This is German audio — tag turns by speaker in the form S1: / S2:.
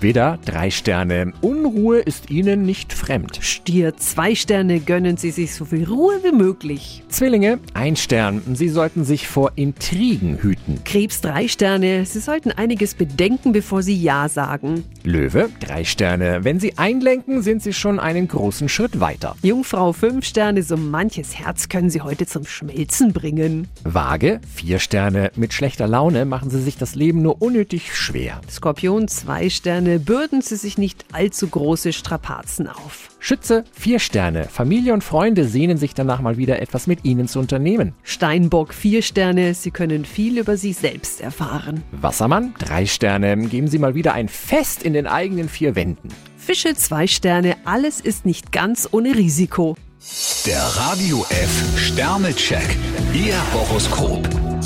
S1: Widder, drei Sterne. Unruhe ist Ihnen nicht fremd.
S2: Stier, zwei Sterne gönnen Sie sich so viel Ruhe wie möglich.
S1: Zwillinge, ein Stern. Sie sollten sich vor Intrigen hüten.
S2: Krebs, drei Sterne, Sie sollten einiges bedenken, bevor Sie Ja sagen.
S1: Löwe, drei Sterne. Wenn Sie einlenken, sind Sie schon einen großen Schritt weiter.
S2: Jungfrau, fünf Sterne, so manches Herz können Sie heute zum Schmelzen bringen.
S1: Waage, vier Sterne. Mit schlechter Laune machen Sie sich das Leben nur unnötig schwer.
S2: Skorpion, zwei Sterne, bürden Sie sich nicht allzu große Strapazen auf.
S1: Schütze, vier Sterne. Familie und Freunde sehnen sich danach mal wieder etwas mit Ihnen zu unternehmen.
S2: Steinbock, vier Sterne, Sie können viel über sich selbst erfahren.
S1: Wassermann, drei Sterne. Geben Sie mal wieder ein Fest in den eigenen vier Wänden.
S2: Fische, zwei Sterne, alles ist nicht ganz ohne Risiko.
S3: Der Radio F Sternecheck. Ihr Horoskop.